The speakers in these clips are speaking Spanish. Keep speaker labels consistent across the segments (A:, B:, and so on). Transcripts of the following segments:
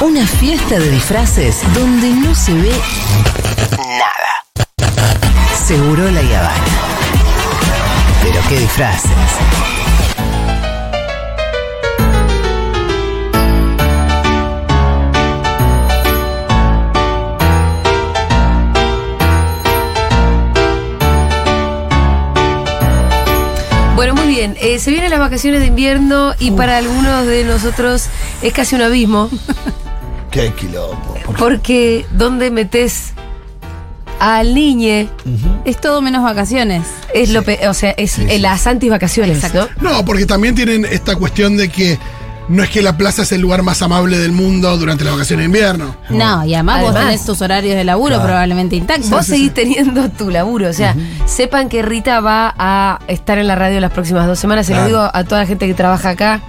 A: Una fiesta de disfraces donde no se ve nada. Seguro la Yavana. Pero qué disfraces.
B: Bueno, muy bien. Eh, se vienen las vacaciones de invierno y para algunos de nosotros es casi un abismo.
C: Qué quilombo.
B: Porque ¿dónde metes al niñe?
D: Es todo menos vacaciones.
B: Es lo pe- o sea, es eh, las antivacaciones, ¿no?
C: No, porque también tienen esta cuestión de que no es que la plaza es el lugar más amable del mundo durante las vacaciones de invierno.
D: No, y además, vos
B: Además.
D: tenés tus horarios de laburo probablemente intactos.
B: Vos seguís teniendo tu laburo, o sea, sepan que Rita va a estar en la radio las próximas dos semanas, se lo
C: Claro.
B: digo a toda la gente que trabaja acá,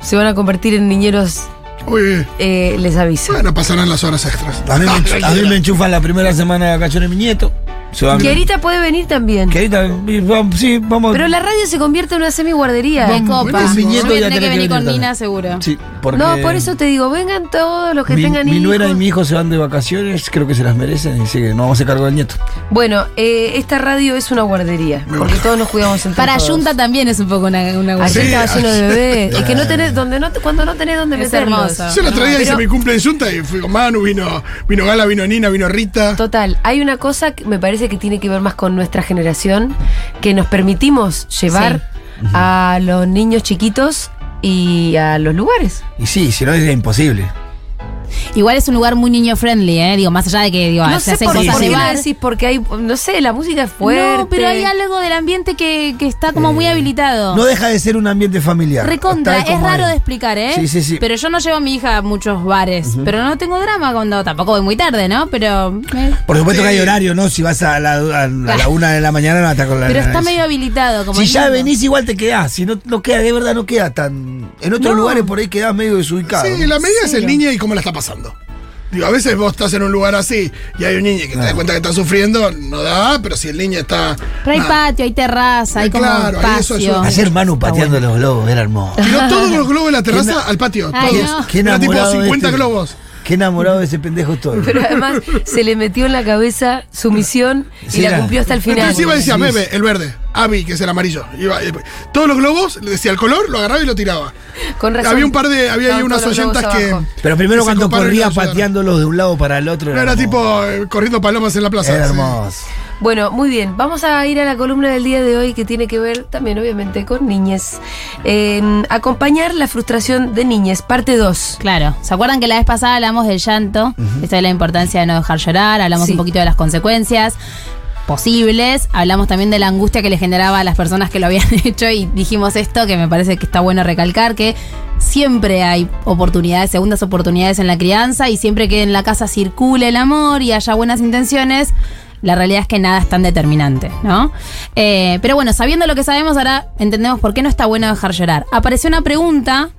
B: se van a convertir en niñeros,
C: Oye,
B: eh, les aviso.
C: bueno, pasarán las horas extras.
E: A mí, me,
C: Ah,
E: enchu- a mí
C: tranquila.
E: me enchufan la primera semana de vacaciones mi nieto. Se va a-
B: Que Rita puede venir también,
E: Que ahorita, y vamos- sí, vamos.
B: pero la radio se convierte en una semiguardería.
D: de copa.
E: este
C: buenísimo.
D: Yo voy a
E: Viñeto ya
D: tener que
E: tenés que
D: venir
E: venir
D: con
E: también.
D: Nina seguro.
E: Sí, porque
B: No, por eso te digo, vengan todos los que
E: mi,
B: tengan
E: mi nuera y
B: hijos.
E: mi hijo se van de vacaciones, creo que se las merecen y sí que nos vamos a hacer cargo del nieto.
B: Bueno, eh, esta radio es una guardería,
C: Me
B: porque
C: gusta.
B: todos nos cuidamos entre
D: Para
B: todos.
D: Yunta también es un poco una. una
E: ¿Ah,
B: Ayer
C: Sí,
B: estaba lleno de
C: ayer-
B: bebés. es que no tenés, donde no, te- cuando no tenés donde
D: Es
B: meterlos.
D: hermoso.
C: Yo la otra día hice
B: Pero-
C: mi cumple en Junta y fui con Manu, vino, vino Gala, vino Nina, vino Rita.
B: Total, hay una cosa que me parece que tiene que ver más con nuestra generación, que nos permitimos llevar a los niños chiquitos y a los lugares.
E: Y sí, si no es imposible.
D: Igual es un lugar muy niño friendly, ¿eh? Digo, más allá de que digo,
B: no
D: se
B: sé
D: hacen
B: por,
D: cosas
B: por
D: de
B: qué lo
D: bar.
B: decís, porque hay, no sé, la música es fuerte.
D: No, pero hay algo del ambiente que, que está como muy habilitado.
E: Eh, No deja de ser un ambiente familiar.
D: Recontra,
E: tal
D: es
E: como
D: raro
E: es.
D: de explicar, ¿eh?
E: Sí, sí, sí.
D: Pero yo no llevo a mi hija a muchos bares. Pero no tengo drama cuando. Tampoco voy muy tarde, ¿no? Pero. eh,
E: Por supuesto que hay
C: Sí.
E: horario, ¿no? Si vas a la, a, a la una de la mañana, no estás con la
D: pero está
E: es-
D: medio habilitado. Como
E: Si
D: es
E: ya
D: lindo.
E: venís, igual te quedás. Si no, no queda, de verdad no queda tan. En otros lugares por ahí quedás medio desubicado.
C: Sí, la medida es el niño y cómo la está pasando. Digo, a veces vos estás en un lugar así y hay un niño que te
E: Ah.
C: das cuenta que está sufriendo, no da, pero si el niño está.
D: Pero hay
E: ah.
C: nada.
D: patio, hay terraza,
E: Eh,
D: hay como
C: Claro, ahí eso
D: espacio.
C: ayuda.
E: Ayer Manu pateando los globos era hermoso.
C: Tiró todos los globos de la terraza al patio.
D: Ay,
C: todos.
D: no.
E: Qué
C: Era tipo
E: enamorado
C: 50
E: este.
C: globos.
E: Qué enamorado de ese pendejo estoy.
B: Pero además se le metió en la cabeza su misión y
E: Sí,
B: la
E: era.
B: cumplió hasta el final.
C: Entonces iba y decía Meme, el verde, Abby, que es el amarillo. Iba- y- todos los globos, le decía el color, lo agarraba y lo tiraba.
B: Con razón.
C: Había un par de, había ahí
B: Estaban
C: unas
B: todos los
C: oyentas
B: globos
C: que.
B: abajo.
E: Pero primero
C: que se
E: cuando
C: coparon y
E: corría
C: lo ayudaron.
E: pateándolos de un lado para el otro.
C: No, era
E: hermoso.
C: tipo eh, corriendo palomas en la plaza.
E: Era
C: sí.
E: hermoso.
B: Bueno, muy bien, vamos a ir a la columna del día de hoy que tiene que ver también obviamente con niñez. Eh, acompañar la frustración de niñez, parte 2.
D: Claro, ¿se acuerdan que la vez pasada hablamos del llanto? Esta es la importancia de no dejar llorar, hablamos
B: Sí.
D: un poquito de las consecuencias posibles, hablamos también de la angustia que le generaba a las personas que lo habían hecho y dijimos esto que me parece que está bueno recalcar, que siempre hay oportunidades, segundas oportunidades en la crianza y siempre que en la casa circule el amor y haya buenas intenciones. La realidad es que nada es tan determinante, ¿no? Eh, pero bueno, sabiendo lo que sabemos, ahora entendemos por qué no está bueno dejar llorar. Apareció una pregunta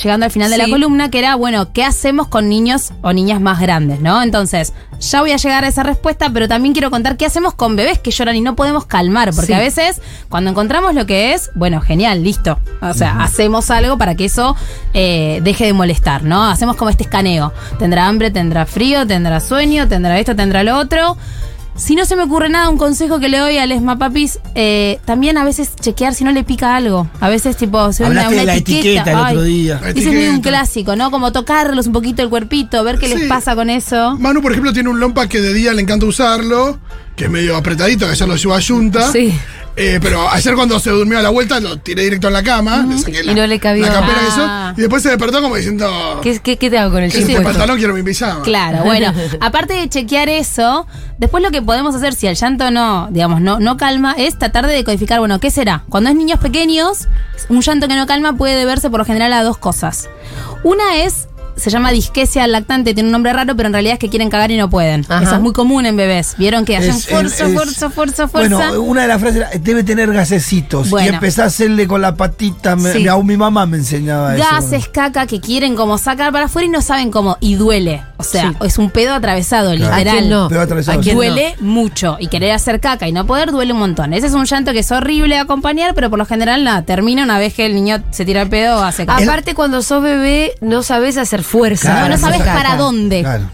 D: llegando al final de la
B: Sí.
D: columna, que era, bueno, ¿qué hacemos con niños o niñas más grandes, no? Entonces, ya voy a llegar a esa respuesta, pero también quiero contar qué hacemos con bebés que lloran y no podemos calmar, porque
B: Sí.
D: a veces cuando encontramos lo que es, bueno, genial, listo. O sea, hacemos algo para que eso eh, deje de molestar, ¿no? Hacemos como este escaneo. Tendrá hambre, tendrá frío, tendrá sueño, tendrá esto, tendrá lo otro. Si no se me ocurre nada, un consejo que le doy a les mapapis, eh, también a veces chequear si no le pica algo. A veces, tipo, se ve una,
E: Hablaste
D: una
E: de la etiqueta, el
D: ay.
E: otro día.
C: La
D: Ese es medio un
C: etiqueta.
D: clásico, ¿no? Como tocarlos un poquito el cuerpito, ver qué
C: Sí.
D: les pasa con eso.
C: Manu, por ejemplo, tiene un lompa que de día le encanta usarlo, que es medio apretadito, que ayer lo llevó a Junta.
B: Sí.
C: Eh, pero ayer cuando se durmió a la vuelta lo tiré directo en la cama, le saqué
B: Y
C: la,
B: no le cabía.
C: la campera que
D: Ah.
C: yo, y después se despertó como diciendo,
B: ¿Qué, qué, qué te hago con el
C: "Quiero
B: chip
C: este
B: puesto?
C: pantalón, quiero mi pijama.
D: Claro, bueno, aparte de chequear eso, después lo que podemos hacer si el llanto no, digamos, no, no calma, es tratar de decodificar, bueno, ¿qué será? Cuando es niños pequeños, un llanto que no calma puede deberse por lo general a dos cosas. Una es, se llama disquesia al lactante, tiene un nombre raro, pero en realidad es que quieren cagar y no pueden.
B: Ajá.
D: Eso es muy común en bebés. Vieron que hacen
E: Es-
D: fuerza,
E: es-
D: fuerza, fuerza, fuerza.
E: Bueno, una de las frases era, debe tener gasecitos.
D: Bueno.
E: Y empezás a hacerle con la patita. me-
B: Sí.
E: Aún mi mamá me enseñaba eso.
D: gases, caca que quieren como sacar para afuera y no saben cómo. Y duele. O sea,
B: Sí.
D: es un pedo atravesado,
B: ¿A
D: literal.
B: quién no?
E: Pero atravesado.
B: ¿A quién no?
D: Duele mucho y querer hacer caca y no poder duele un montón. Ese es un llanto que es horrible de acompañar, pero por lo general nada, termina una vez que el niño se tira el pedo o hace caca.
B: Aparte, cuando sos bebé, no sabes hacer fuerza.
D: Claro,
B: para
D: no sabes
B: sacar.
D: para dónde.
E: Claro.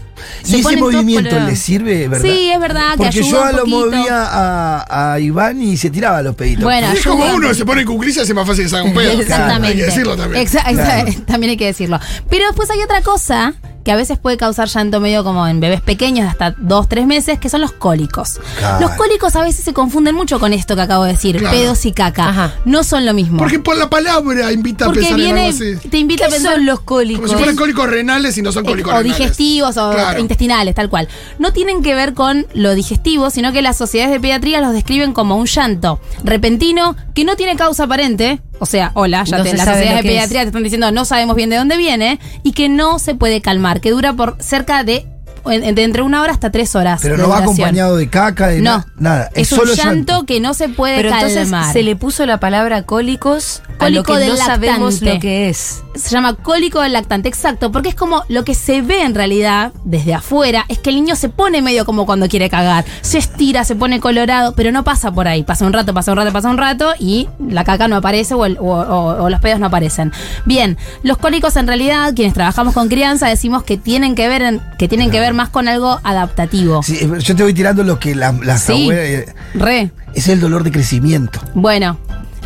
D: Se
E: ¿Y ese
D: ponen todos
E: movimiento
D: colgados.
E: le sirve, verdad?
D: Sí, es verdad, Ah, que
E: Porque
D: ayuda
E: yo
D: un
E: lo
D: poquito.
E: movía a, a Iván y se tiraba los peditos.
D: Bueno,
C: es como
D: ayuda.
C: uno que se pone en cuclillas es más fácil que salga un pedo.
D: Exactamente.
C: Hay que decirlo también.
D: Exa- exa-
E: Claro.
D: También hay que decirlo. Pero después hay otra cosa que a veces puede causar llanto medio como en bebés pequeños de hasta 2, 3 meses, que son los cólicos.
E: Claro.
D: Los cólicos a veces se confunden mucho con esto que acabo de decir,
C: Claro.
D: pedos y caca.
B: Ajá.
D: No son lo mismo.
C: Porque por la palabra invita a
D: Porque
C: pensar en
D: viene,
C: algo así.
D: te invita a
B: ¿Qué
D: pensar
B: son los
C: Como
B: cólicos?
C: si fueran cólicos renales y no son cólicos
D: o
C: renales.
D: digestivos o
C: Claro.
D: intestinales, tal cual. No tienen que ver con lo digestivo, sino que las sociedades de pediatría los describen como un llanto repentino que no tiene causa aparente. O sea, hola, ya
B: No
D: te-
B: se
D: las
B: sabe lo
D: sociedades de
B: que es.
D: pediatría te están diciendo no sabemos bien de dónde viene y que no se puede calmar, que dura por cerca de, en- de entre una hora hasta tres horas.
E: Pero
D: de
E: no va
D: duración.
E: acompañado de caca, de
D: No,
E: na- nada.
D: Es,
E: Es,
D: un
E: solo
D: llanto, que no se puede
B: Pero
D: calmar.
B: entonces se le puso la palabra cólicos a lo
D: Cólico
B: que
D: del
B: no sabemos
D: lactante.
B: lo que es.
D: se llama cólico del lactante, exacto, porque es como lo que se ve en realidad desde afuera, es que el niño se pone medio como cuando quiere cagar, se estira, se pone colorado, pero no pasa por ahí, pasa un rato, pasa un rato, pasa un rato y la caca no aparece o, el- o- o- o los pedos no aparecen. Bien, los cólicos en realidad, quienes trabajamos con crianza, decimos que tienen que ver, en- que, tienen que ver más con algo adaptativo.
E: Sí, yo te voy tirando lo que la- las
D: Sí.
E: abuelas. eh,
D: Re,
E: Es el dolor de crecimiento.
D: bueno,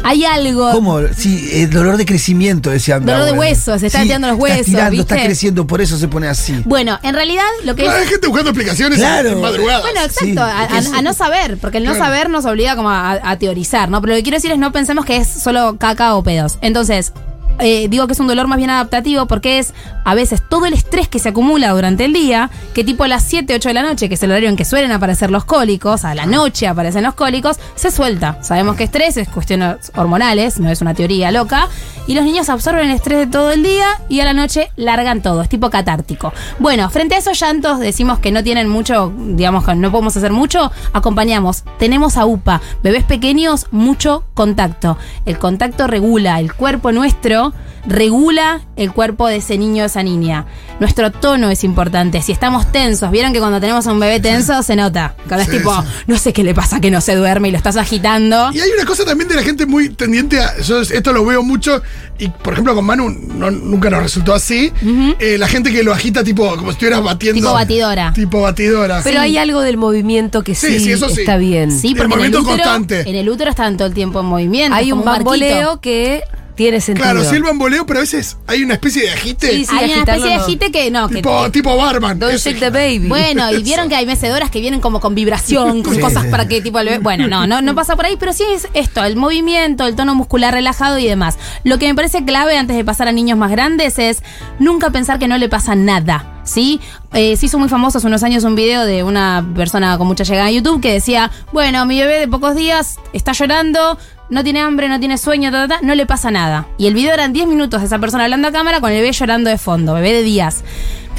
D: hay algo...
E: ¿Cómo? Sí, el dolor de crecimiento, decía mi
D: Dolor de
E: abuela.
D: huesos, se está estirando los
E: está
D: huesos,
E: estirando, está
D: ¿viste?
E: creciendo, por eso se pone así.
D: Bueno, en realidad lo que...
C: Claro,
D: es-
C: hay gente buscando explicaciones
E: Claro.
C: en madrugadas.
D: Bueno, exacto,
E: Sí,
D: a,
E: que
D: a-
E: es-
D: a no saber, porque el no
C: Claro.
D: saber nos obliga como a, a teorizar, ¿no? Pero lo que quiero decir es no pensemos que es solo caca o pedos. Entonces, eh, digo que es un dolor más bien adaptativo porque es a veces todo el estrés que se acumula durante el día, que tipo a las 7, 8 de la noche, que es el horario en que suelen aparecer los cólicos, a la noche aparecen los cólicos, se suelta. Sabemos que estrés es cuestiones hormonales, no es una teoría loca, y los niños absorben el estrés de todo el día y a la noche largan todo, es tipo catártico. Bueno, frente a esos llantos decimos que no tienen mucho, digamos que no podemos hacer mucho, acompañamos, tenemos a UPA, bebés pequeños, mucho contacto. El contacto regula, el cuerpo nuestro regula el cuerpo de ese niño o esa niña. Nuestro tono es importante, si estamos tensos, vieron que cuando tenemos a un bebé tenso se nota, cuando
C: Sí,
D: es tipo,
C: sí.
D: no sé qué le pasa que no se duerme y lo estás agitando.
C: Y hay una cosa también de la gente muy tendiente a. yo esto lo veo mucho. Y por ejemplo, con Manu no- nunca nos resultó así. Eh, la gente que lo agita, tipo, como si estuvieras batiendo.
D: Tipo batidora.
C: Tipo batidora.
B: Pero hay algo del movimiento que
C: Sí,
B: sí,
C: sí, eso sí.
B: está bien.
D: Sí,
C: El
D: porque en el
C: movimiento
D: útero,
C: constante.
D: En el útero están todo el tiempo en movimiento.
B: Hay
D: como
B: un
D: barquito.
B: bamboleo que tiene sentido.
C: Claro, sí el bamboleo, pero a veces hay una especie de agite.
B: Sí, sí.
D: Hay una
B: agitarlo
D: especie de
B: no.
D: agite que no, que-
C: tipo,
D: que-
C: tipo barman.
B: Don't
C: Eso.
B: shake the baby.
D: bueno, y vieron que hay mecedoras que vienen como con vibración, con
E: Sí,
D: cosas
E: sí.
D: para que tipo el bebé- Bueno, no, no, no pasa por ahí, pero sí es esto, el movimiento, el tono muscular relajado y demás. Lo que me parece clave antes de pasar a niños más grandes es nunca pensar que no le pasa nada. ¿Sí? Eh, se hizo muy famoso hace unos años un video de una persona con mucha llegada a YouTube que decía, bueno, mi bebé de pocos días está llorando, no tiene hambre, no tiene sueño, ta, ta, ta, no le pasa nada. Y el video eran 10 minutos de esa persona hablando a cámara con el bebé llorando de fondo, bebé de días.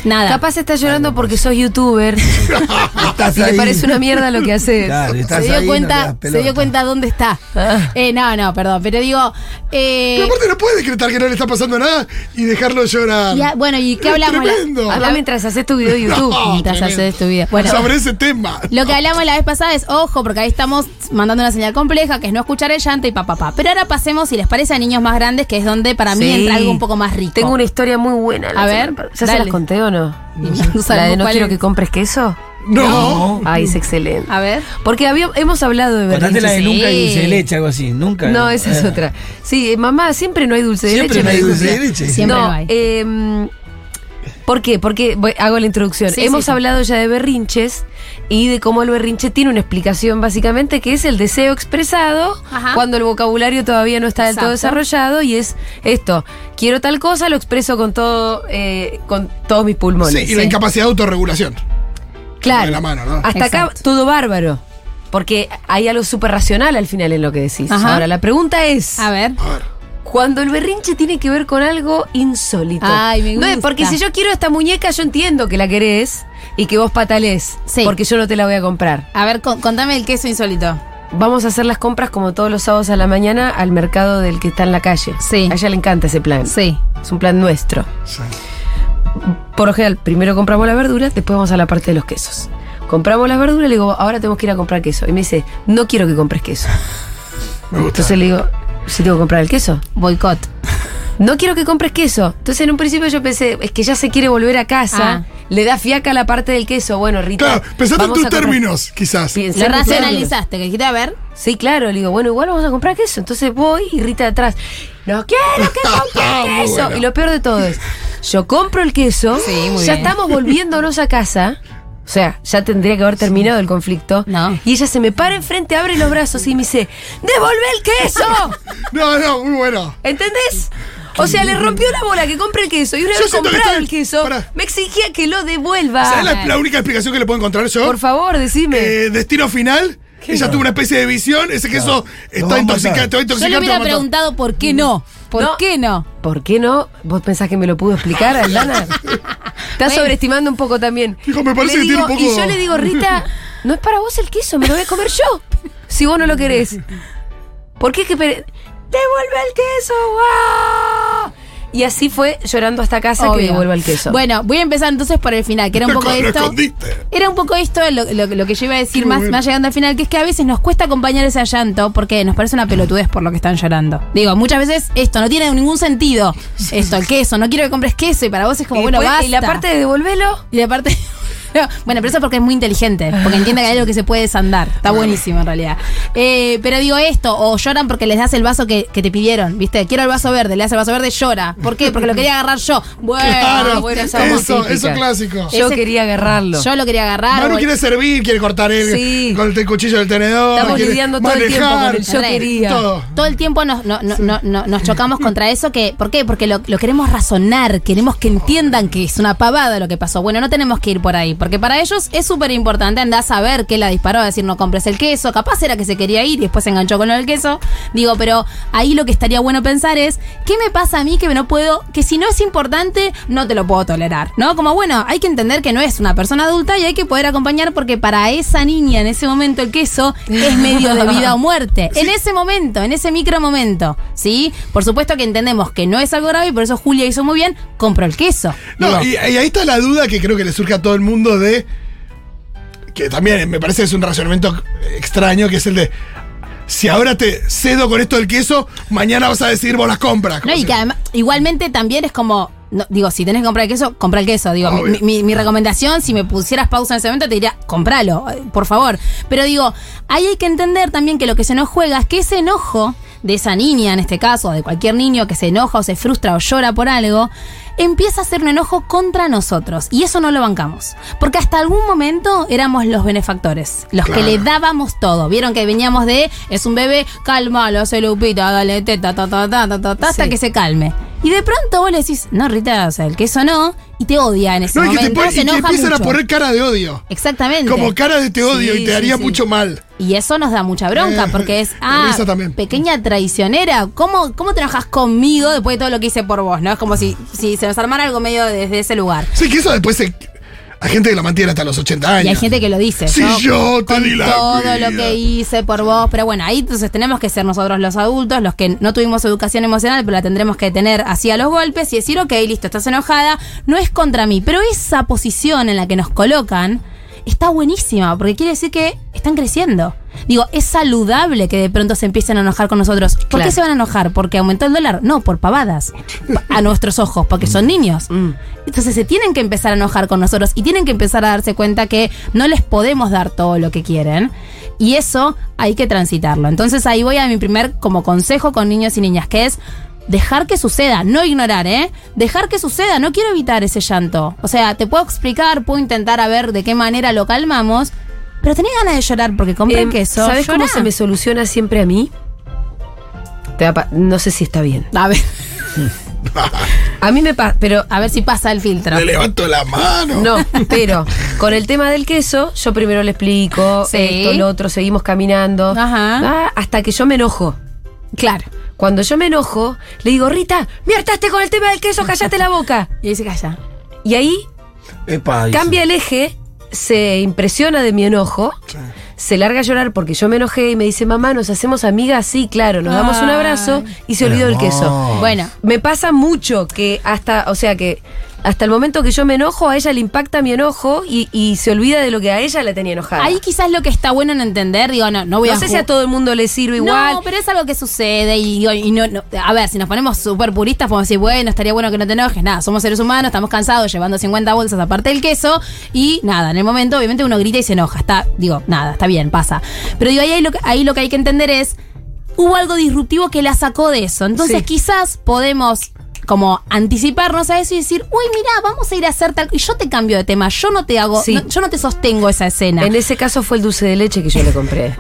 D: Nada.
B: Capaz está llorando porque sos youtuber
E: Estás
B: y le
E: ahí.
B: parece una mierda lo que haces.
E: Claro, estás
D: se dio
E: ahí, no te
D: cuenta,
E: das
D: se dio
E: pelota.
D: cuenta dónde está. Eh, no, no, perdón, pero digo, eh,
C: Pero aparte no puede decretar que no le está pasando nada y dejarlo llorar.
D: y a- bueno, ¿y qué
C: Es
D: hablamos? la- Ah,
C: tremendo.
D: habla-
B: Además, mientras haces tu video de YouTube.
C: No,
D: mientras
C: tremendo.
D: haces tu vida. Bueno.
C: Sobre ese tema.
D: Lo que hablamos la vez pasada es, ojo, porque ahí estamos mandando una señal compleja, que es no escuchar el llanto y papá, papá. Pero ahora pasemos, si les parece, a niños más grandes, que es donde para mí
B: Sí.
D: entra algo un poco más rico.
B: Tengo una historia muy buena. la
D: A
B: semana
D: ver,
B: pasada. ¿Ya se
D: dale.
B: las conté o no?
D: No sabemos
B: la de no
D: cuál
B: quiero
D: es.
B: que compres queso.
C: No.
D: Ah,
B: Ay, es excelente.
D: A ver.
B: Porque había- hemos hablado de
F: Contate
B: berrinches.
F: la de
D: sí.
F: nunca y dulce de leche, algo así. Nunca.
B: No, esa es
F: Eh,
B: otra. Sí, eh, mamá, siempre no hay dulce de
E: Siempre
B: leche.
E: no hay
B: me
E: dulce
B: dijo.
E: de leche.
D: Siempre
B: no,
D: lo hay.
B: em, ¿Por qué? Porque voy- hago la introducción.
D: Sí,
B: Hemos
D: sí, sí.
B: hablado ya de berrinches y de cómo el berrinche tiene una explicación básicamente que es el deseo expresado
D: Ajá.
B: cuando el vocabulario todavía no está del todo
D: Exacto.
B: desarrollado y es esto, quiero tal cosa, lo expreso con todo, eh, con todos mis pulmones.
C: Sí, y la incapacidad de autorregulación.
B: Claro.
C: de la mano, ¿no?
B: Hasta acá
D: Exacto.
B: todo bárbaro. Porque hay algo súper racional al final en lo que decís.
D: Ajá.
B: Ahora, la pregunta es:
D: A ver.
C: A ver.
B: cuando el berrinche tiene que ver con algo insólito.
D: Ay, me
B: No es
D: gusta.
B: porque si yo quiero esta muñeca, yo entiendo que la querés y que vos patalés.
D: Sí.
B: Porque yo no te la voy a comprar.
D: A ver, con- contame el queso insólito.
B: Vamos a hacer las compras como todos los sábados a la mañana al mercado del que está en la calle.
D: Sí.
B: A ella le encanta ese plan.
D: Sí.
B: Es un plan nuestro.
C: Sí.
B: Por lo general, primero compramos las verduras, después vamos a la parte de los quesos. Compramos las verduras, le digo, ahora tenemos que ir a comprar queso. Y me dice, no quiero que compres queso.
C: Me gusta.
B: Entonces le digo, ¿sí tengo que comprar el queso?
D: Boicot.
B: no quiero que compres queso. Entonces en un principio yo pensé, es que ya se quiere volver a casa,
D: Ah.
B: le da fiaca la parte del queso. Bueno, Rita.
C: Claro, pensate en
B: vamos
C: tus
B: a comprar-
C: términos, quizás.
B: Piensa
D: Lo
B: en tus términos.
D: racionalizaste, que dijiste, a ver,
B: Sí, claro, le digo, bueno, igual vamos a comprar queso. Entonces voy y Rita atrás, no quiero que compres
C: Ah, Muy
B: queso.
C: bueno.
B: Y lo peor de todo es, yo compro el queso,
D: Sí, muy
B: ya
D: bien.
B: estamos volviéndonos a casa. O sea, ya tendría que haber terminado el conflicto.
D: No.
B: Y ella se me para enfrente, abre los brazos y me dice, ¡devolve el queso!
C: No, no, muy bueno.
B: ¿Entendés? O sea, le rompió la bola que compre el queso. Y una
C: Yo
B: vez
C: siento que
B: comprado
C: está-
B: el queso,
C: Pará.
B: me exigía que lo devuelva.
C: ¿Sabes la, la única explicación que le puedo encontrar yo?
B: Ah, Por favor, decime.
C: Eh, destino final. Ella tuvo una especie de visión. Ese queso
E: va
C: está
E: a
C: intoxicado.
E: matar.
C: Te va a
D: yo
C: intoxicar. te
D: le
C: va a
D: hubiera
C: matar.
D: preguntado por qué no. ¿Por
B: No.
D: qué no?
B: ¿Por qué no? ¿Vos pensás que me lo pudo explicar, Aldana? Estás
D: Bueno.
B: sobreestimando un poco también.
C: Hijo, me parece
B: Le
C: que tiene
B: digo-
C: un
B: Y
C: poco-
B: yo le digo, Rita, no es para vos el queso, me lo voy a comer yo. Si vos no lo querés. ¿Por qué es que... pere- ¡Devuelve el queso! ¡guau! Y así fue llorando hasta casa
D: Obvio.
B: que devuelva el queso.
D: Bueno, voy a empezar entonces por el final, que era un
C: Lo
D: poco
C: esco- lo
D: esto.
C: escondiste.
D: Era un poco esto lo, lo- lo que yo iba a decir
C: Qué
D: más,
C: bueno.
D: más llegando al final, que es que a veces nos cuesta acompañar ese llanto porque nos parece una pelotudez por lo que están llorando. Digo, muchas veces esto no tiene ningún sentido. Esto, el queso, no quiero que compres queso y para vos es como,
B: y,
D: bueno,
B: después-
D: basta.
B: y la parte de devolverlo...
D: Y la parte- No, bueno, pero eso porque es muy inteligente, porque entiende que hay algo que se puede desandar. Está buenísimo en realidad. Eh, pero digo esto, o lloran porque les das el vaso que, que te pidieron, ¿viste? Quiero el vaso verde, le das el vaso verde, llora. ¿Por qué? Porque lo quería agarrar yo. Bueno,
C: Claro,
D: bueno,
C: eso,
D: esa
B: somos
C: eso,
B: típicas.
C: clásico.
B: Yo
D: Ese-
B: quería agarrarlo.
D: Yo lo quería agarrar.
C: Manu
D: vol-
C: quiere servir, quiere cortar el,
B: Sí.
C: con el cuchillo del tenedor.
B: Estamos
C: quiere
B: lidiando todo el tiempo con
C: manejar,
B: el yo
D: Re.
B: quería.
C: Todo.
D: Todo el tiempo nos, no- no- no- no- nos chocamos contra eso. Que, ¿Por qué? Porque lo, lo queremos razonar, queremos que entiendan que es una pavada lo que pasó. Bueno, no tenemos que ir por ahí, porque para ellos es súper importante andar a saber que la disparó, a decir no compres el queso. Capaz era que se quería ir y después se enganchó con el queso. Digo, pero ahí lo que estaría bueno pensar es, ¿qué me pasa a mí que no puedo, que si no es importante, no te lo puedo tolerar? ¿No? Como bueno, hay que entender que no es una persona adulta y hay que poder acompañar porque para esa niña en ese momento el queso es medio de vida o muerte. En ese momento, en ese micro momento, ¿sí? Por supuesto que entendemos que no es algo grave y por eso Julia hizo muy bien, compró el queso.
C: No, y, y ahí está la duda que creo que le surge a todo el mundo de. Que también me parece que es un razonamiento extraño, que es el de. Si ahora te cedo con esto del queso, mañana vas a decidir vos las compras.
D: No,
C: Como
D: y
C: si-
D: que además, igualmente también es como. no, digo, si tenés que comprar el queso, compra el queso. Digo, mi,
C: Obvio.
D: mi- mi recomendación, si me pusieras pausa en ese momento, te diría, compralo, eh, por favor. Pero digo, ahí hay que entender también que lo que se nos juega es que ese enojo de esa niña, en este caso, o de cualquier niño que se enoja o se frustra o llora por algo, empieza a ser un enojo contra nosotros. Y eso no lo bancamos. Porque hasta algún momento éramos los benefactores, los
C: Claro.
D: que le dábamos todo. Vieron que veníamos de, es un bebé, cálmalo, hace lupita, dale, teta, ta, ta, ta, ta, ta, ta, hasta
B: Sí.
D: que se calme. Y de pronto vos le decís, no, Rita, o sea, el queso no, y te odia en ese
C: No, y que,
D: momento.
C: te pon- y
D: se
C: que
D: enoja
C: empiezan
D: mucho.
C: a poner cara de odio.
D: Exactamente.
C: Como cara de te odio
B: Sí,
C: y te haría
B: sí, sí.
C: mucho mal.
D: Y eso nos da mucha bronca,
C: Eh,
D: porque es,
C: me
D: ah,
C: risa también.
D: pequeña traicionera, ¿cómo, ¿cómo te enojas conmigo después de todo lo que hice por vos? ¿No? Es como si, si se nos armara algo medio desde ese lugar.
C: Sí, que eso después se- Hay gente que lo mantiene hasta los 80 años.
D: Y hay gente que lo dice.
C: Si
D: ¿no?
C: yo te
D: Con
C: di la
D: todo
C: vida.
D: lo que hice por vos. Pero bueno, ahí entonces tenemos que ser nosotros los adultos, los que no tuvimos educación emocional, pero la tendremos que tener así a los golpes y decir, ok, listo, estás enojada, no es contra mí. Pero esa posición en la que nos colocan está buenísima, porque quiere decir que están creciendo. Digo, es saludable que de pronto se empiecen a enojar con nosotros. ¿Por
B: Claro.
D: qué se van a enojar? ¿Porque aumentó el dólar? No, por pavadas. Pa- A nuestros ojos, porque son niños. Entonces se tienen que empezar a enojar con nosotros y tienen que empezar a darse cuenta que no les podemos dar todo lo que quieren. Y eso hay que transitarlo. Entonces ahí voy a mi primer como consejo con niños y niñas, que es dejar que suceda, no ignorar, ¿eh? Dejar que suceda, no quiero evitar ese llanto. O sea, te puedo explicar, puedo intentar a ver de qué manera lo calmamos, pero tenés ganas de llorar porque compré
B: Em,
D: queso.
B: ¿Sabes cómo
D: llorá.
B: se me soluciona siempre a mí? Te va a pa- No sé si está bien.
D: A ver,
B: A mí me pasa, pero
D: a ver si pasa el filtro.
C: Le levanto la mano.
B: No, pero con el tema del queso, yo primero le explico
D: Sí.
B: esto, lo otro, seguimos caminando.
D: Ajá.
B: Ah, hasta que yo me enojo.
D: Claro.
B: Cuando yo me enojo, le digo, Rita, me hartaste con el tema del queso, callate la boca.
D: Y dice calla.
B: Y ahí
E: Epa, dice.
B: cambia el eje, se impresiona de mi enojo, se larga a llorar porque yo me enojé y me dice, mamá, nos hacemos amigas, sí, claro, nos damos un
D: Ay.
B: abrazo y se olvidó del queso.
E: Hermoso.
D: Bueno,
B: Me pasa mucho que hasta, o sea que Hasta el momento que yo me enojo, a ella le impacta mi enojo y, y se olvida de lo que a ella la tenía enojada.
D: Ahí quizás lo que está bueno en entender, digo, no, no voy
B: no
D: a.
B: sé si a todo el mundo le sirve igual.
D: No, pero es algo que sucede y, digo, y no, no- A ver, si nos ponemos súper puristas, podemos decir, bueno, estaría bueno que no te enojes. Nada, somos seres humanos, estamos cansados llevando 50 bolsas aparte del queso y nada, en el momento obviamente uno grita y se enoja. Está, digo, nada, está bien, pasa. Pero digo, ahí, hay lo, que- ahí lo que hay que entender es, hubo algo disruptivo que la sacó de eso. Entonces
B: Sí.
D: quizás podemos como anticiparnos a eso y decir, uy, mira, vamos a ir a hacer tal... Y yo te cambio de tema, yo no te hago,
B: Sí.
D: no- yo no te sostengo esa escena.
B: En ese caso fue el dulce de leche que yo le compré.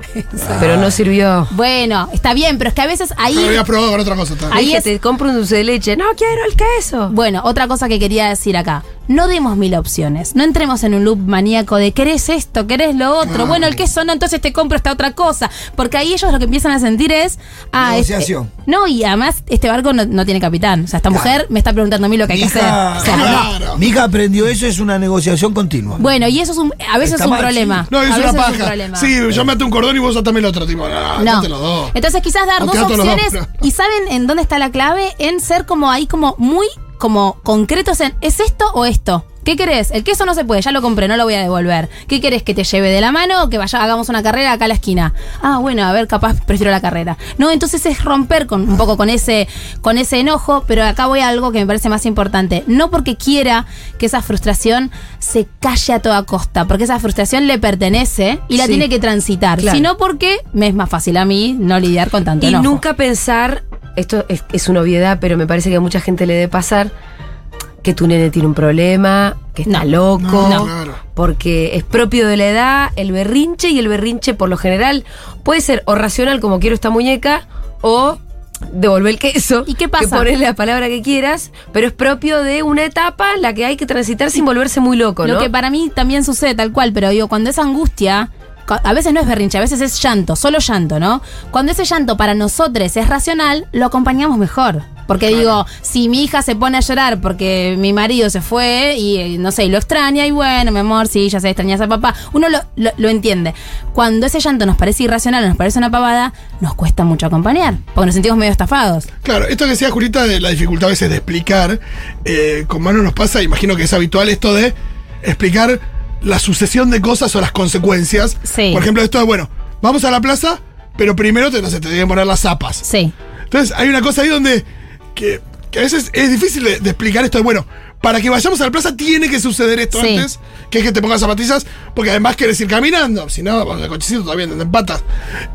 B: pero no sirvió.
D: Bueno, está bien, pero es que a veces ahí...
C: Pero lo habías probado con otra cosa. tal.
B: Le
D: Ahí
B: dije,
D: es-
B: te compro un dulce de leche. No quiero el queso.
D: Bueno, otra cosa que quería decir acá. No demos mil opciones. No entremos en un loop maníaco de querés esto, querés lo otro. Bueno,
C: Ah.
D: el queso no, entonces te compro esta otra cosa. Porque ahí ellos lo que empiezan a sentir es. Ah, este-
E: Negociación.
D: no, y además este barco no, no tiene capitán. O sea, esta mujer me está preguntando a mí lo que hay que hacer.
E: Mija-
D: O sea, no.
C: Claro.
E: Mi hija Ah, aprendió eso, es una negociación continua.
D: Bueno, y eso es un, a veces
E: Está
D: es un
E: mal, sí.
D: problema.
C: No,
D: a
C: es
D: veces
C: una
D: Es un
C: paja.
D: problema.
C: sí, yo me ato un cordón y vos atame el otro. Tipo, no,
D: No.
C: atate los dos.
D: Entonces quizás dar
C: O
D: dos
C: quédate los dos,
D: opciones
C: pero-
D: y saben en dónde está la clave en ser como ahí como muy como concretos en ¿es esto o esto? ¿Qué querés? El queso no se puede, ya lo compré, no lo voy a devolver. ¿Qué querés que te lleve de la mano o que vaya, hagamos una carrera acá a la esquina? Ah, bueno, a ver, capaz prefiero la carrera. No, entonces es romper con, un poco con ese, con ese enojo, pero acá voy a algo que me parece más importante. No porque quiera que esa frustración se calle a toda costa, porque esa frustración le pertenece y la
B: Sí.
D: tiene que transitar,
B: Claro.
D: sino porque me es más fácil a mí no lidiar con tanto
B: Y
D: enojo.
B: nunca pensar, esto es, es una obviedad, pero me parece que a mucha gente le debe pasar, que tu nene tiene un problema, que está
D: No.
B: loco.
C: No, claro.
B: Porque es propio de la edad, el berrinche, y el berrinche por lo general puede ser o racional como quiero esta muñeca, o devolver el queso.
D: ¿Y qué pasa?
B: Que ponerle la palabra que quieras, pero es propio de una etapa en la que hay que transitar sin volverse muy loco, ¿no?
D: Lo que para mí también sucede tal cual, pero digo, cuando esa angustia, cu- a veces no es berrinche, a veces es llanto, solo llanto, ¿no? Cuando ese llanto para nosotros es racional, lo acompañamos mejor. Porque digo, si mi hija se pone a llorar porque mi marido se fue y eh, no sé, y lo extraña, y bueno, mi amor, sí, ya se extrañas a papá, uno lo, lo- lo entiende. Cuando ese llanto nos parece irracional, nos parece una pavada, nos cuesta mucho acompañar, porque nos sentimos medio estafados.
C: Claro, esto que decía Julita de la dificultad a veces de explicar, eh, con mano nos pasa, imagino que es habitual esto de explicar la sucesión de cosas o las consecuencias.
D: Sí.
C: Por ejemplo, esto de, bueno, vamos a la plaza, pero primero te, no sé, te tienen que poner las zapas.
D: Sí.
C: Entonces, hay una cosa ahí donde que, que a veces es difícil de, de explicar esto de, bueno, para que vayamos a la plaza tiene que suceder esto
D: Sí.
C: antes, que es que te pongas zapatillas, porque además querés ir caminando, si no, vamos el cochecito todavía andan en patas,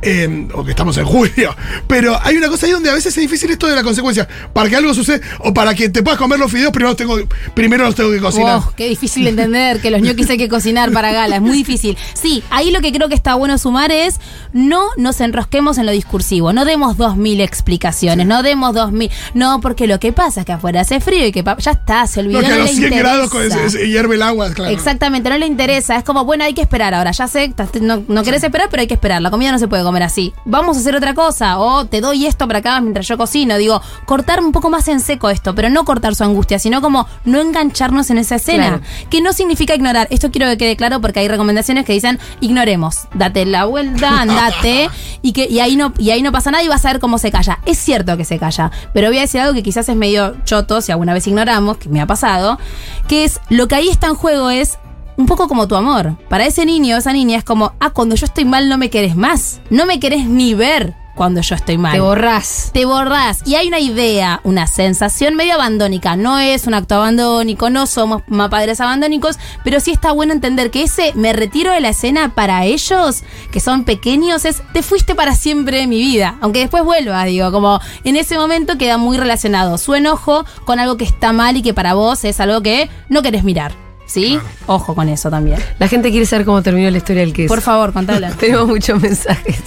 C: eh, o que estamos en julio. Pero hay una cosa ahí donde a veces es difícil esto de la consecuencia, para que algo suceda, o para que te puedas comer los fideos, primero, los tengo, primero los tengo que cocinar.
D: Oh, qué difícil de entender que los ñoquis hay que cocinar para gala, es muy difícil. Sí, ahí lo que creo que está bueno sumar es no nos enrosquemos en lo discursivo, no demos dos mil explicaciones, no demos dos mil, no, porque lo que pasa es que afuera hace frío y que pa- ya está, se olvidó.
C: No, que
D: no
C: a los
D: le
C: 100 grados con-
D: interesa.
C: se- se hierve el agua, claro.
D: Exactamente, no le interesa. Es como, bueno, hay que esperar ahora. Ya sé, estás- no, no querés esperar, pero hay que esperar. La comida no se puede comer así. Vamos a hacer otra cosa. O te doy esto para acá mientras yo cocino. Digo, cortar un poco más en seco esto, pero no cortar su angustia, sino como no engancharnos en esa escena.
B: Claro.
D: Que no significa ignorar. Esto quiero que quede claro porque hay recomendaciones que dicen, ignoremos. Date la vuelta, andate. y, que, y, ahí no, y ahí no pasa nada y vas a ver cómo se calla. Es cierto que se calla, pero voy a decir algo que quizás es medio choto, si alguna vez ignoramos, que me ha pasado, que es lo que ahí está en juego es un poco como tu amor. Para ese niño o esa niña es como, ah, cuando yo estoy mal no me querés más. No me querés ni ver cuando yo estoy mal
B: Te borrás.
D: te borrás. Y hay una idea, una sensación medio abandónica. No es un acto abandónico, no somos ma- padres abandónicos, pero sí está bueno entender que ese me retiro de la escena para ellos, que son pequeños, es te fuiste para siempre de mi vida. Aunque después vuelvas, digo, como en ese momento queda muy relacionado su enojo con algo que está mal y que para vos es algo que no querés mirar. ¿Sí? Ojo con eso también.
B: La gente quiere saber cómo terminó la historia del queso.
D: Por favor, contala.
B: Tenemos muchos mensajes.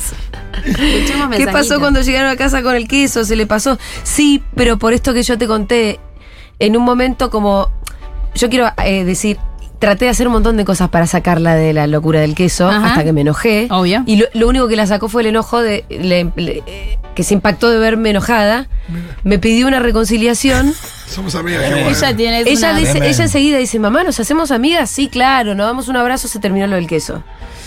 B: ¿Qué pasó cuando llegaron a casa con el queso? ¿Se le pasó? Sí, pero por esto que yo te conté, en un momento como. Yo quiero eh, decir, traté de hacer un montón de cosas para sacarla de la locura del queso
D: Ajá.
B: hasta que me enojé.
D: Obvio.
B: Y lo, lo único que la sacó fue el enojo de. le- le- eh, que se impactó de verme enojada, me pidió una reconciliación.
C: Somos amigas. qué bueno.
D: Ella tiene
B: Ella,
D: una-
B: dice,
E: Tremendo.
B: ella enseguida dice, mamá, ¿nos hacemos amigas? Sí, claro, nos damos un abrazo, se terminó lo del queso.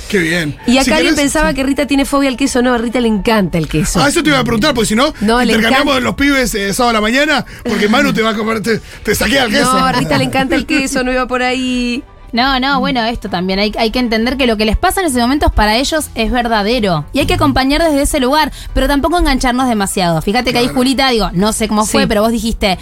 C: Qué bien.
B: Y acá
C: Si
B: alguien
C: querés-
B: pensaba que Rita tiene fobia al queso. No, a Rita le encanta el queso.
C: Ah, eso te iba a preguntar, porque si no,
B: No, le
C: intercambiamos
B: encanta.
C: los pibes eh, sábado a la mañana, porque Manu te va a comer, te, te saquea el queso.
B: no, a Rita le encanta el queso, no iba por ahí.
D: No,
B: Mm.
D: no, bueno, esto también. Hay, hay que entender que lo que les pasa en ese momento para ellos es verdadero. Y hay que acompañar desde ese lugar, pero tampoco engancharnos demasiado. Fíjate que ahí Julita, digo, no sé cómo
B: Sí.
D: fue, pero vos dijiste.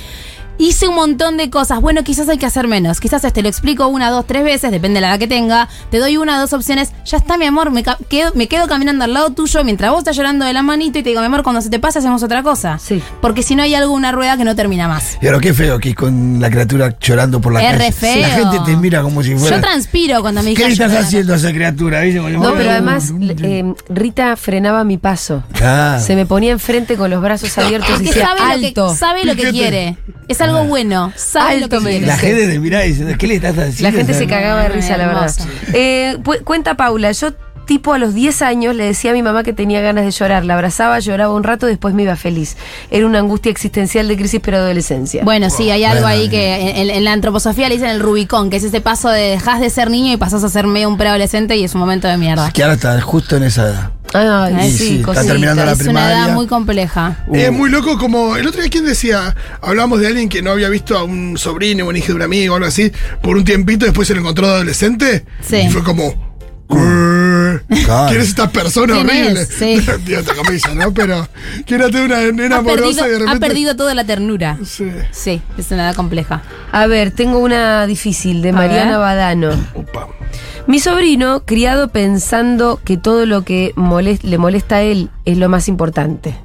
D: Hice un montón de cosas. Bueno, quizás hay que hacer menos. Quizás te lo explico una, dos, tres veces, depende de la edad que tenga. Te doy una, dos opciones. Ya está, mi amor. Me ca- quedo, me quedo caminando al lado tuyo mientras vos estás llorando de la manito y te digo, mi amor, cuando se te pase hacemos otra cosa.
B: Sí.
D: Porque si no hay algo, una rueda que no termina más.
E: Y ahora qué feo que con la criatura llorando por la
D: Es
E: calle.
D: re feo.
E: La gente te mira como si fuera.
D: Yo transpiro cuando me
E: ¿Qué
D: dijeron
E: le estás
D: llorar.
E: haciendo a esa criatura? ¿Viste? Como-
B: No, pero además eh, Rita frenaba mi paso.
E: Ah.
B: Se me ponía enfrente con los brazos abiertos y
D: Porque
B: decía,
D: sabe lo
B: alto.
D: que, sabe lo que quiere. Es algo bueno. Sabe
B: Alto
D: lo que
B: me
D: quiere.
E: La gente te mira diciendo, ¿qué le estás haciendo?
B: La gente se
E: cae.
B: cagaba de
D: Ay,
B: risa, la verdad.
D: hermoso.
B: Eh, pu- cuenta Paula, yo tipo a los 10 años le decía a mi mamá que tenía ganas de llorar. La abrazaba, lloraba un rato, después me iba feliz. Era una angustia existencial de crisis pero adolescencia.
D: Bueno, sí, hay algo
E: Bueno,
D: ahí que en, en la antroposofía le dicen el Rubicón, que es ese paso de dejas de ser niño y pasas a ser medio un preadolescente y es un momento de mierda.
E: Que ahora está justo en esa edad.
B: Ay,
E: Ay,
B: sí,
E: sí, está
B: cositas.
E: terminando la
D: es una edad
E: primaria.
D: muy compleja.
C: Es muy loco como el otro día quién decía, hablábamos de alguien que no había visto a un sobrino, un hijo de un amigo, algo así, por un tiempito, después se lo encontró de adolescente.
D: Sí.
C: Y fue como. "Grrr, ¿Quién es esta persona
D: ¿Quién
C: horrible?
D: es? Sí.
C: Digo, entre comillas, ¿no? Pero que era de una nena
D: Ha perdido,
C: amorosa y de
D: ha
C: repente.
D: perdido toda la ternura.
C: Sí.
D: Sí, es una edad compleja.
B: A ver, tengo una difícil de
D: A
B: Mariana
D: ver.
B: Badano.
C: Opa.
B: Mi sobrino, criado pensando que todo lo que molest- le molesta a él es lo más importante.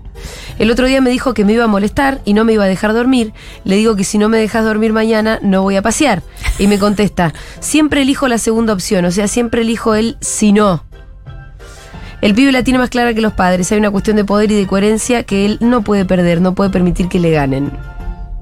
B: El otro día me dijo que me iba a molestar y no me iba a dejar dormir. Le digo que si no me dejas dormir mañana no voy a pasear. Y me contesta, siempre elijo la segunda opción, o sea, siempre elijo el si no. El pibe la tiene más clara que los padres. Hay una cuestión de poder y de coherencia que él no puede perder, no puede permitir que le ganen.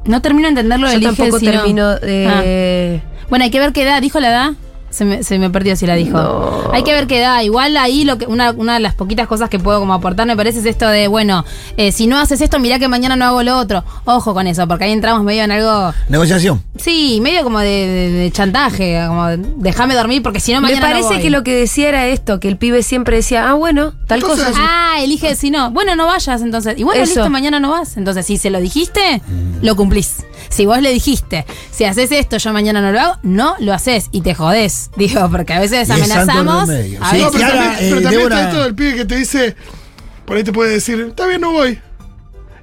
D: No termino de entenderlo
B: Yo
D: elige
B: tampoco
D: si no.
B: termino de...
D: Ah. Bueno, hay que ver qué edad. ¿Dijo la edad? Se me, se me perdió si la dijo.
B: No.
D: Hay que ver qué edad. Igual ahí lo que, una, una de las poquitas cosas que puedo como aportar me parece es esto de, bueno, eh, si no haces esto, mirá que mañana no hago lo otro. Ojo con eso, porque ahí entramos medio en algo...
E: Negociación.
D: Sí, medio como de, de- de chantaje, como de, déjame dormir porque si no
B: Me
D: mañana no
B: parece
D: voy".
B: que lo que decía era esto, que el pibe siempre decía, ah, bueno, tal
C: Entonces,
B: cosa.
D: Ah, elige si no. Bueno, no vayas entonces. Y bueno,
B: Eso.
D: listo, mañana no vas. Entonces, si se lo dijiste, lo cumplís. Si vos le dijiste, si haces esto, yo mañana no lo hago, no lo haces y te jodés. Digo, porque a veces
E: Y es santo
D: amenazamos.
E: remedio.
D: A
E: Sí,
C: Ah, No,
D: veces-
C: pero
E: Y ahora,
C: también, pero
E: eh,
C: también está
E: Débora-
C: esto del pibe que te dice, por ahí te puede decir, está bien, no voy.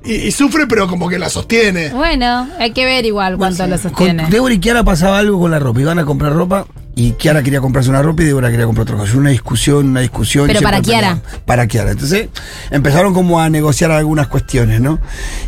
C: Y, y sufre, pero como que la sostiene.
D: Bueno, hay que ver igual cuánto lo sostiene.
E: Con Débora y Kiara pasaba algo con la ropa. Iban a comprar ropa y Kiara quería comprarse una ropa y Débora quería comprar otra cosa. Una discusión, una discusión.
D: Pero
E: siempre
D: para Kiara.
E: peleaban. Para Kiara. Entonces empezaron como a negociar algunas cuestiones, ¿no?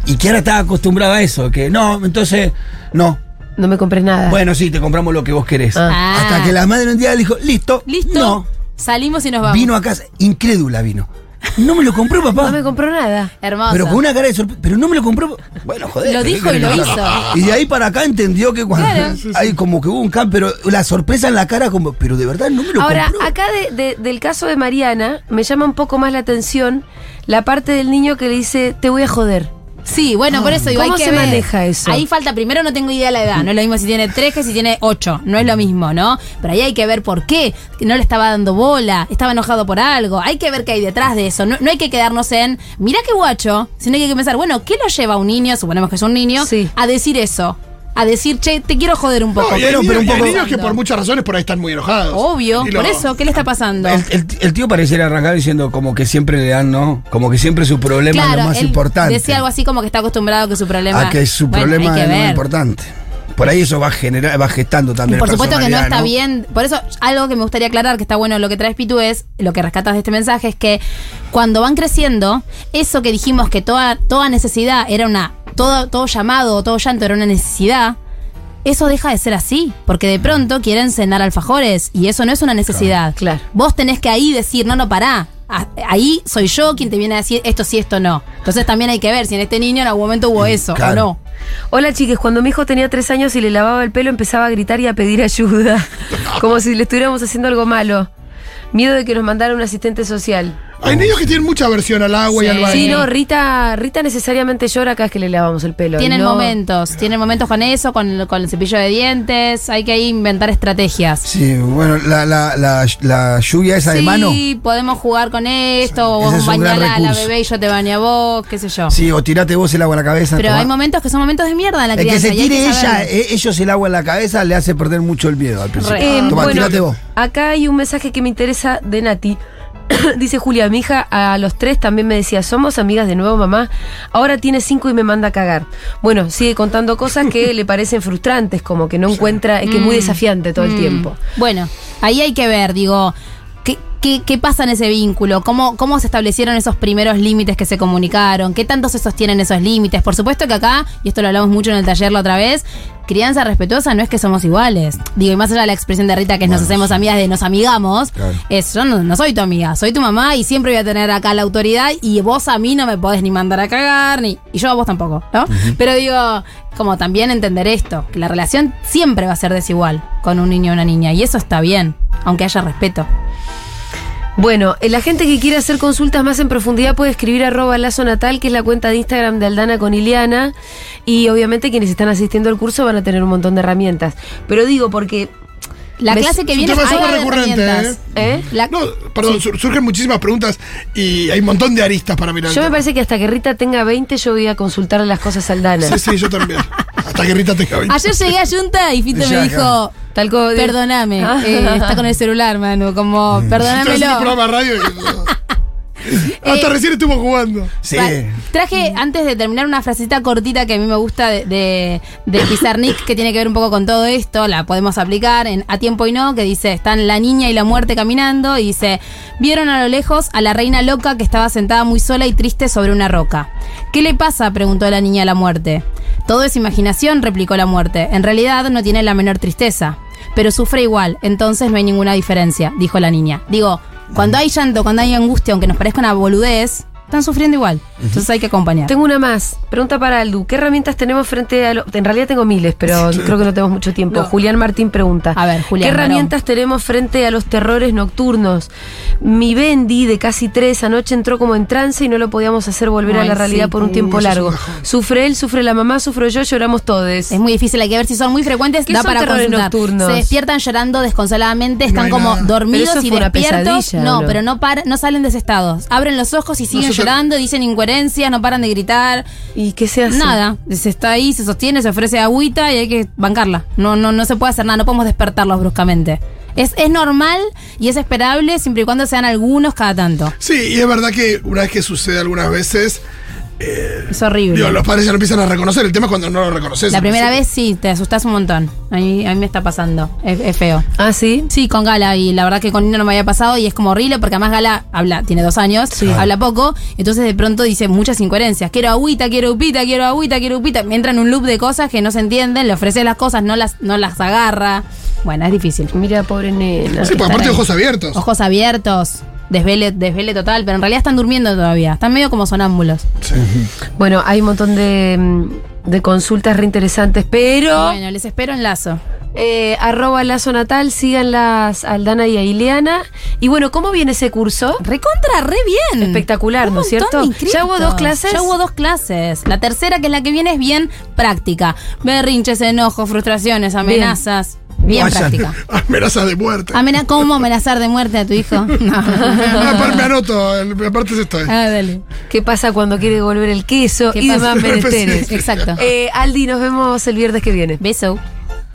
E: Y Kiara estaba acostumbrada a eso, que no, entonces, no.
B: No me compres nada.
E: Bueno, sí, te compramos lo que vos querés.
D: Ah.
E: Hasta que la madre un día le dijo, listo,
D: Listo,
E: no.
D: salimos y nos vamos.
E: Vino a casa, incrédula vino. No me lo compró, papá.
B: no me compró nada.
D: Hermoso.
E: Pero con una cara de sorpresa. Pero no me lo compró. Bueno, joder.
D: Lo
E: ¿qué
D: dijo y
E: querés
D: lo
E: que
D: hizo.
E: haga? Y de ahí para acá entendió que cuando.
D: Claro.
E: Hay como que hubo un cambio, pero la sorpresa en la cara, como. Pero de verdad no me lo
B: Ahora,
E: compró.
B: acá de- de- del caso de Mariana, me llama un poco más la atención la parte del niño que le dice, te voy a joder.
D: Sí, bueno, por eso digo,
B: ¿Cómo
D: hay que
B: se
D: ver.
B: maneja eso?
D: Ahí falta, primero no tengo idea de la edad, no es lo mismo si tiene 3 que si tiene 8, no es lo mismo, ¿no? Pero ahí hay que ver por qué, que no le estaba dando bola, estaba enojado por algo, hay que ver qué hay detrás de eso, no, no hay que quedarnos en, mirá qué guacho, sino que hay que pensar, bueno, ¿qué lo lleva a un niño, suponemos que es un niño,
B: Sí.
D: a decir eso? A decir, che, te quiero joder un poco.
C: No, y hay
E: pero-
C: niños,
E: pero un
C: y hay
E: poco-
C: niños que por muchas razones por ahí están muy enojados.
D: Obvio,
C: Y lo-
D: por eso, ¿qué le está pasando?
E: El, el- el tío pareciera arrancar diciendo como que siempre le dan, ¿no? Como que siempre su problema es lo más
D: él
E: importante.
D: Decía algo así como que está acostumbrado a que su problema.
E: A que su
D: Bueno,
E: problema
D: hay que
E: es lo más
D: ver.
E: importante. Por ahí eso va generar, va gestando también.
D: Por
E: la
D: supuesto que no
E: personalidad,
D: está bien. Por eso, algo que me gustaría aclarar, que está bueno lo que traes Pitu, es lo que rescatas de este mensaje, es que cuando van creciendo, eso que dijimos que toda, toda necesidad era una. Todo, todo llamado o todo llanto era una necesidad. Eso deja de ser así, porque de pronto quieren cenar alfajores y eso no es una necesidad.
B: Claro.
D: Vos tenés que ahí decir, no, no, pará. A- Ahí soy yo quien te viene a decir esto sí, esto no. Entonces también hay que ver si en este niño en algún momento hubo eso
E: Mm, claro.
D: o no.
B: Hola chiques, cuando mi hijo tenía tres años y le lavaba el pelo empezaba a gritar y a pedir ayuda, como si le estuviéramos haciendo algo malo. Miedo de que nos mandara un asistente social.
C: Hay niños que tienen mucha aversión al agua y
D: Sí.
C: al baño.
B: Sí, no, Rita, Rita necesariamente llora cada vez que le lavamos el pelo.
D: Tienen
B: no-
D: momentos, tienen momentos con eso, con, con el cepillo de dientes, hay que ahí inventar estrategias.
E: Sí, bueno, la, la, la, la lluvia esa de mano.
D: Sí, podemos jugar con esto, o
E: Ese
D: vos
E: es un gran
D: bañala a la
E: recurso.
D: bebé y yo te baño a vos, qué sé yo.
E: Sí, o tirate vos el agua a la cabeza.
D: Pero
E: tomá.
D: hay momentos que son momentos de mierda en la
E: el que
D: crianza.
E: se
D: y hay
E: tire ella,
D: saberlo.
E: eh, ellos el agua en la cabeza le hace perder mucho el miedo al principio.
D: Re.
B: Eh,
E: Tomá,
B: bueno,
E: tirate vos.
B: Acá hay un mensaje que me interesa de Nati. Dice Julia, mi hija a los tres también me decía, somos amigas de nuevo, mamá. Ahora tiene cinco y me manda a cagar. Bueno, sigue contando cosas que le parecen frustrantes, como que no encuentra, es que es muy desafiante todo el
D: Mm.
B: tiempo.
D: Bueno, ahí hay que ver, digo, ¿qué, qué, qué pasa en ese vínculo? ¿Cómo, ¿Cómo se establecieron esos primeros límites que se comunicaron? ¿Qué tanto se sostienen esos límites? Por supuesto que acá, y esto lo hablamos mucho en el taller la otra vez, crianza respetuosa no es que somos iguales. Digo, y más allá de la expresión de Rita que es nos hacemos amigas de eh, nos amigamos,
E: Claro.
D: es yo no, no soy tu amiga, soy tu mamá y siempre voy a tener acá la autoridad y vos a mí no me podés ni mandar a cagar, ni, y yo a vos tampoco, ¿no? Pero digo, como también entender esto, que la relación siempre va a ser desigual con un niño y una niña, y eso está bien, aunque haya respeto.
B: Bueno, eh, la gente que quiere hacer consultas más en profundidad puede escribir arroba lazo natal, que es la cuenta de Instagram de Aldana con Iliana. Y obviamente quienes están asistiendo al curso van a tener un montón de herramientas. Pero digo porque...
D: La
B: Me-
D: clase que
B: es un
D: viene
C: tema
D: hay
C: súper
D: varias
C: recurrente,
D: herramientas.
B: ¿eh?
D: La-
C: No, perdón, sur- surgen muchísimas preguntas y hay un montón de aristas para mirar. el
B: Yo me
C: tema.
B: parece que hasta que Rita tenga 20 yo voy a consultarle las cosas a Aldana.
C: Sí, sí, yo también. Hasta que Rita te cabe.
D: Ayer llegué a Junta y Fito
E: Ya,
D: me dijo,
B: Tal Ah. como de-
D: perdóname, eh, está con el celular, Manu, como,
C: Estoy haciendo un
D: perdónamelo. Eh,
C: programa de radio y- Hasta recién estuvo jugando.
E: Sí.
D: Va- Traje, antes de terminar, una frasecita cortita que a mí me gusta de, de, de Pizarnik, que tiene que ver un poco con todo esto, la podemos aplicar en A Tiempo y No, que dice, están la niña y la muerte caminando, y dice, vieron a lo lejos a la reina loca que estaba sentada muy sola y triste sobre una roca. ¿Qué le pasa? preguntó la niña a la muerte. Todo es imaginación, replicó la muerte. En realidad no tiene la menor tristeza, pero sufre igual, entonces no hay ninguna diferencia, dijo la niña. Digo, cuando hay llanto, cuando hay angustia, aunque nos parezca una boludez, están sufriendo igual. Entonces hay que acompañar.
B: Tengo una más. Pregunta para Aldu. ¿Qué herramientas tenemos frente a lo... En realidad tengo miles, pero creo que no tenemos mucho tiempo. Julián Martín pregunta.
D: A ver, Julián,
B: ¿Qué
D: varón.
B: herramientas tenemos frente a los terrores nocturnos? Mi Bendy, de casi tres, anoche entró como en trance y no lo podíamos hacer volver a
D: Ay,
B: la realidad
D: sí.
B: por un tiempo largo. Sufre él, sufre la mamá, sufro yo, lloramos todos.
D: Es muy difícil, hay que ver si son muy frecuentes,
B: ¿Qué
D: da
B: son
D: para
B: terrores
D: consultar.
B: nocturnos?
D: Se despiertan llorando desconsoladamente,
C: hay
D: están como
C: nada.
B: Pero
D: dormidos
B: eso
D: y
B: fue una
D: despiertos.
B: pesadilla, ¿o
D: No,
B: no?
D: pero no para, no salen de ese estado. Abren los ojos y siguen
C: Nosotros-
D: llorando, dicen incoherencias, no paran de gritar.
B: ¿Y qué se hace?
D: Nada, se está ahí, se sostiene, se ofrece agüita y hay que bancarla. No, no, no se puede hacer nada, no podemos despertarlos bruscamente. Es, es normal y es esperable siempre y cuando sean algunos cada tanto.
C: Sí, y es verdad que una vez que sucede algunas veces,
D: Es horrible.
C: digo, los padres ya lo empiezan a reconocer. El tema es cuando no lo reconoces.
D: La primera vez sí, te asustás un montón. A mí, a mí me está pasando. Es, es feo.
B: ¿Ah, sí?
D: Sí, con Gala, y la verdad que con Nino no me había pasado, y es como horrible, porque además Gala habla, tiene dos años, habla poco, entonces de pronto dice muchas incoherencias. Quiero agüita, quiero upita, quiero agüita, quiero upita. Me entra en un loop de cosas que no se entienden, le ofrece las cosas, no las, no las agarra. Bueno, es difícil.
B: Mira, pobre nena.
C: Sí, pues aparte ojos abiertos.
D: Ojos abiertos, desvele, desvele total, pero en realidad están durmiendo todavía, están medio como sonámbulos.
B: Bueno, hay un montón de, mm, de consultas reinteresantes, pero
D: Bueno, les espero en lazo.
B: eh, arroba lazo natal, síganlas a Aldana y a Ileana. Y bueno, ¿cómo viene ese curso?
D: Recontra, re bien.
B: Espectacular,
D: Un
B: ¿no es
D: montón
B: cierto?
D: de inscriptos.
B: ¿Ya hubo dos clases?
D: Ya hubo dos clases. La tercera, que es la que viene, es bien práctica. Berrinches, enojos, frustraciones, amenazas. Bien,
E: Vayan.
D: práctica.
C: Amenazas de muerte.
D: Amena- ¿Cómo amenazar de muerte a tu hijo? No.
C: Ah, aparte, me anoto. el- Aparte es esto. eh.
D: Ah, dale.
B: ¿Qué pasa cuando quiere devolver el queso
D: ¿Qué
B: y
D: pasa?
B: demás menesteres?
D: Exacto.
B: Eh, Aldi, nos vemos el viernes que viene.
D: Beso.